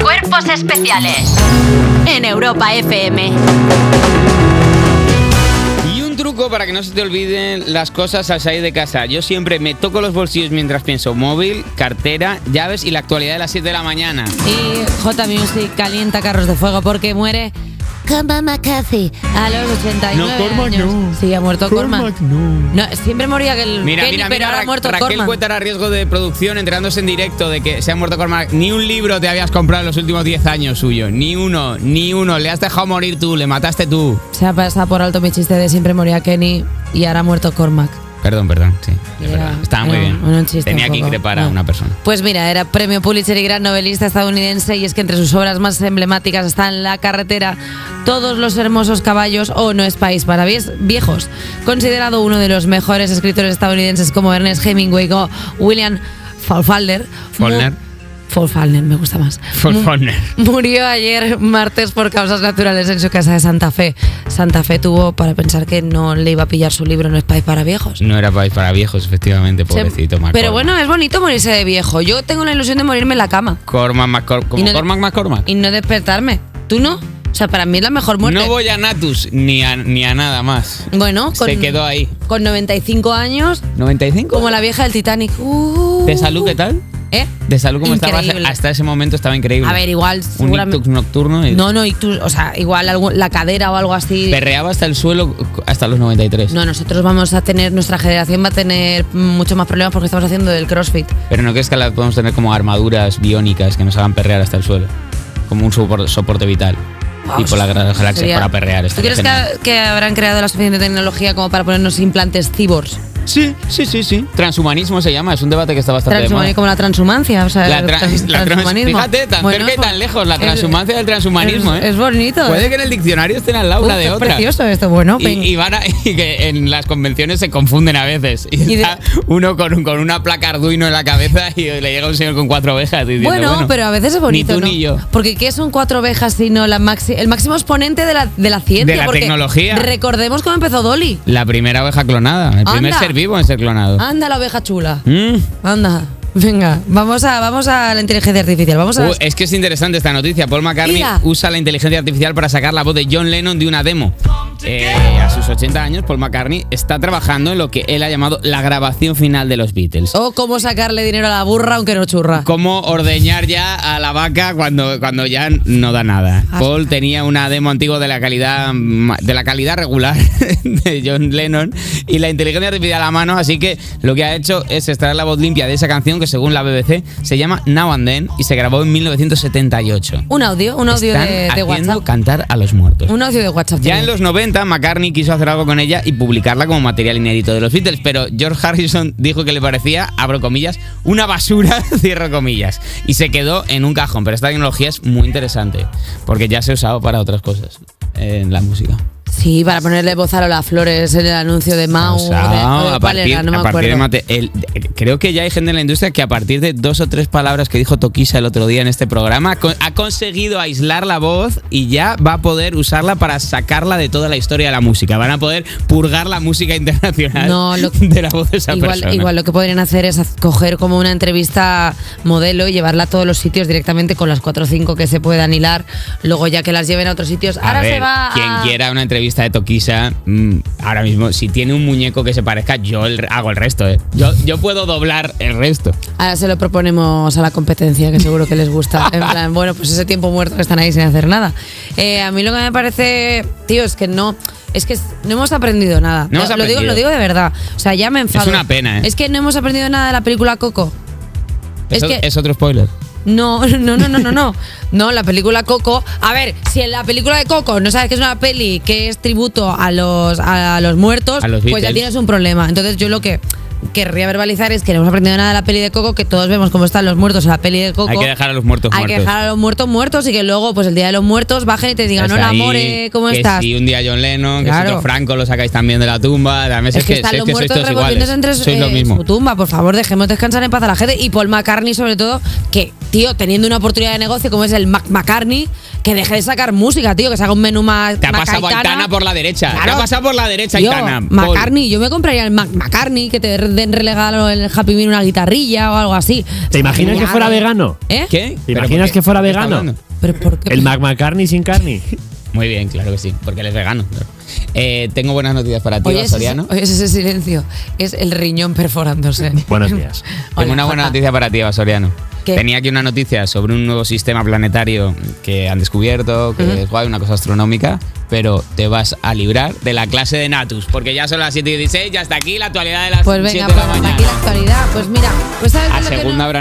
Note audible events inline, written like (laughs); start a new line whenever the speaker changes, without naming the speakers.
Cuerpos especiales en Europa FM.
Y un truco para que no se te olviden las cosas al salir de casa. Yo siempre me toco los bolsillos mientras pienso móvil, cartera, llaves y la actualidad de las 7 de la mañana.
Y J Music calienta carros de fuego porque muere Cormac McCarthy a los 89
No, Cormac
años.
no.
Sí, ha muerto Cormac.
Cormac no.
No, siempre moría aquel
Mira,
Kenny,
mira,
pero
mira,
ahora ha
Ra-
muerto
Raquel
Cormac.
Cuétara, riesgo de producción, enterándose en directo de que se ha muerto Cormac. Ni un libro te habías comprado en los últimos 10 años suyo. Ni uno, ni uno. Le has dejado morir tú, le mataste tú.
Se ha pasado por alto mi chiste de siempre moría Kenny y ahora ha muerto Cormac.
Perdón, perdón, sí. es
Era-
verdad. Estaba muy
era
bien.
un- un chiste
Tenía
un
que
poco.
increpar a
No.
una
(laughs)
persona.
Pues mira, era premio Pulitzer y gran novelista estadounidense y es que entre sus obras más emblemáticas están La carretera, Todos los hermosos caballos o No es país para vies- viejos. Considerado uno de los mejores escritores estadounidenses como Ernest Hemingway o William Faulkner.
Faulkner.
mu- Faulkner, me gusta más. Mu-
Faulkner.
Murió ayer martes por causas naturales en su casa de Santa Fe. Santa Fe tuvo para pensar que no le iba a pillar su libro No es país para viejos.
No era país para viejos, efectivamente,
O sea,
Mm, pobrecito. Mac
pero
Cormac.
bueno, es bonito morirse de viejo. Yo tengo la ilusión de morirme en la cama
Cormac, Mac Cor- como
Y no-
Cormac, Mac Cormac.
y no despertarme. ¿Tú no? O sea, para mí es la mejor muerte.
No voy a Natus ni a, ni a nada más.
Bueno,
Se quedó ahí.
Con 95 años,
¿95?
como la vieja del Titanic. Uh.
¿De salud qué tal?
¿Eh?
¿De salud cómo estaba?
Increíble.
Hasta ese momento estaba increíble.
A ver, igual
Un
seguramente-
ictus nocturno y
No, no, y tú, o sea, igual algo- la cadera o algo así.
perreaba hasta el suelo hasta los 93.
No, nosotros vamos a tener, nuestra generación va a tener mucho más problemas porque estamos haciendo el CrossFit.
Pero no crees que las podemos tener como armaduras biónicas que nos hagan perrear hasta el suelo. Como un sopor- soporte vital.
Vamos,
tipo la Gran Galaxia
sería-
para perrear.
¿Tú crees que, que habrán creado la suficiente tecnología como para ponernos implantes cyborgs?
Sí, sí, sí, sí. Transhumanismo se llama, es un debate que está bastante de moda.
Transhumanismo, como la transhumancia, o (laughs) sea,
La
el
tra-
trans-
la trans-
transhumanismo. pues,
fíjate, tan cerca y tan lejos, la
es-
transhumancia del transhumanismo,
es,
¿eh?
Es bonito.
Puede
¿eh?
que en el diccionario estén al lado una
Uf,
de
es
otra.
precioso esto, bueno,
Y,
ven.
y van a- (laughs) y que en las convenciones se confunden a veces. Y
Y de-
está uno con, un- con una placa Arduino en la cabeza y le llega un señor con cuatro ovejas. diciendo,
bueno, pero a veces es bonito,
Ni tú
¿no?
ni yo.
Porque ¿qué son cuatro ovejas sino la maxi- el máximo exponente de la, de la ciencia?
De la
Porque
tecnología.
Recordemos cómo empezó Dolly.
La primera oveja clonada, el primer
Anda. Ah.
ser vivo en ser clonado.
Anda la oveja chula.
Mm.
Anda. Venga, vamos a, vamos a la inteligencia artificial. Vamos a
Uh, es que es interesante esta noticia. Paul McCartney
Mira.
usa la inteligencia artificial para sacar la voz de John Lennon de una demo. Eh, a sus 80 años, Paul McCartney está trabajando en lo que él ha llamado la grabación final de los Beatles.
O cómo sacarle dinero a la burra aunque no churra.
Cómo ordeñar ya a la vaca cuando, cuando ya no da nada.
Ah.
Paul tenía una demo antigua de la calidad ma- de la calidad regular (laughs) de John Lennon y la inteligencia artificial a la mano, así que lo que ha hecho es extraer la voz limpia de esa canción que según la BBC se llama Now and Then y se grabó en 1978.
Un audio, un audio
Están
de, de
haciendo
WhatsApp.
cantar a los muertos.
Un audio de WhatsApp.
Ya en
tío.
los 90, McCartney quiso hacer algo con ella y publicarla como material inédito de los Beatles, pero George Harrison dijo que le parecía, abro comillas, una basura, (laughs) cierro comillas, y se quedó en un cajón. Pero esta tecnología es muy interesante, porque ya se ha usado para otras cosas eh, en la música.
Sí, para ponerle voz a las flores en el anuncio de Mao.
Se ha
o de- o
usado
de
a
Ah, cuál
partir-
era, no me
a partir de
acuerdo.
mate- el- de- Creo que ya hay gente en la industria que a partir de dos o tres palabras que dijo Toquisa el otro día en este programa, co- ha conseguido aislar la voz y ya va a poder usarla para sacarla de toda la historia de la música. Van a poder purgar la música internacional
No, lo-
(laughs) de la voz de esa
Igual,
persona.
igual lo que podrían hacer es haz- coger como una entrevista modelo y llevarla a todos los sitios directamente con las cuatro o cinco que se puedan hilar, luego ya que las lleven a otros sitios.
A
ahora
ver,
se va
quien
a-
quiera una entrevista de Toquisa, mm, ahora mismo, si tiene un muñeco que se parezca, yo el- hago el resto. ¿eh? Yo, yo puedo doblar el resto.
Ahora se lo proponemos a la competencia, que seguro que
(laughs)
les gusta. En plan, bueno, pues ese tiempo muerto que están ahí sin hacer nada. Eh, a mí lo que me parece, tío, es que no. Es que no hemos aprendido nada.
No hemos
lo, digo,
aprendido.
lo digo de verdad. O sea, ya me enfado.
una pena, ¿eh?
Es que no hemos aprendido nada de la película Coco.
Es,
Es que-
es otro spoiler.
No, (laughs) no, no, no, no, no. No, la película Coco. A ver, si en la película de Coco no sabes que es una peli que es tributo a los, a los muertos,
A los
pues ya
Beatles.
tienes un problema. Entonces, yo lo que querría verbalizar es que no hemos aprendido nada de la peli de Coco, que todos vemos cómo están los muertos en la peli de Coco.
Hay que dejar a los muertos
Hay que
muertos.
dejar a los muertos muertos y que luego, pues el día de los muertos, bajen y te digan:
Estás
Hola,
ahí,
amore, eh, ¿cómo
que
estás?
Si un día John Lennon, que
Claro.
si otro Franco lo sacáis también de la tumba, también
Es,
es,
que,
que,
están
sé
los
que sois
muertos
todos
revolviéndose
iguales.
entre
sois lo
eh,
mismo.
su tumba. Por favor, dejemos descansar en paz a la gente. Y Paul McCartney, sobre todo, que tío, teniendo una oportunidad de negocio como es el Mac McCartney, que deje de sacar música, tío, que se haga un menú más.
Te ha pasado
macaitana.
Aitana por la derecha. Te
Claro.
ha pasado por la derecha,
Tío,
Aitana. Por-
McCartney, yo me compraría el Mac McCartney, que te den relegado en el Happy Meal una guitarrilla o algo así.
¿Te imaginas que fuera vegano?
¿Eh?
¿Qué?
¿Te
¿Pero por
imaginas
qué?
que fuera
¿Qué está
vegano?
hablando?
¿Pero por qué?
El Mac McCartney sin carne.
Muy bien, claro que sí, porque él es vegano. claro. Eh, tengo buenas noticias para ti,
Oye, ese,
Soriano.
oye, ese silencio es el riñón perforándose.
Buenos días.
Tengo una buena
Jota.
noticia para ti, Eva Soriano.
¿Qué?
Tenía aquí una noticia sobre un nuevo sistema planetario que han descubierto, que es guay, una cosa astronómica, pero te vas a librar de la clase de Natus, porque ya son las 7 y 16, ya está aquí la actualidad de las
Pues
7
venga,
de la
pues
mañana.
aquí la actualidad. Pues mira, pues sabes qué
a
es lo que
segunda
no-
habrá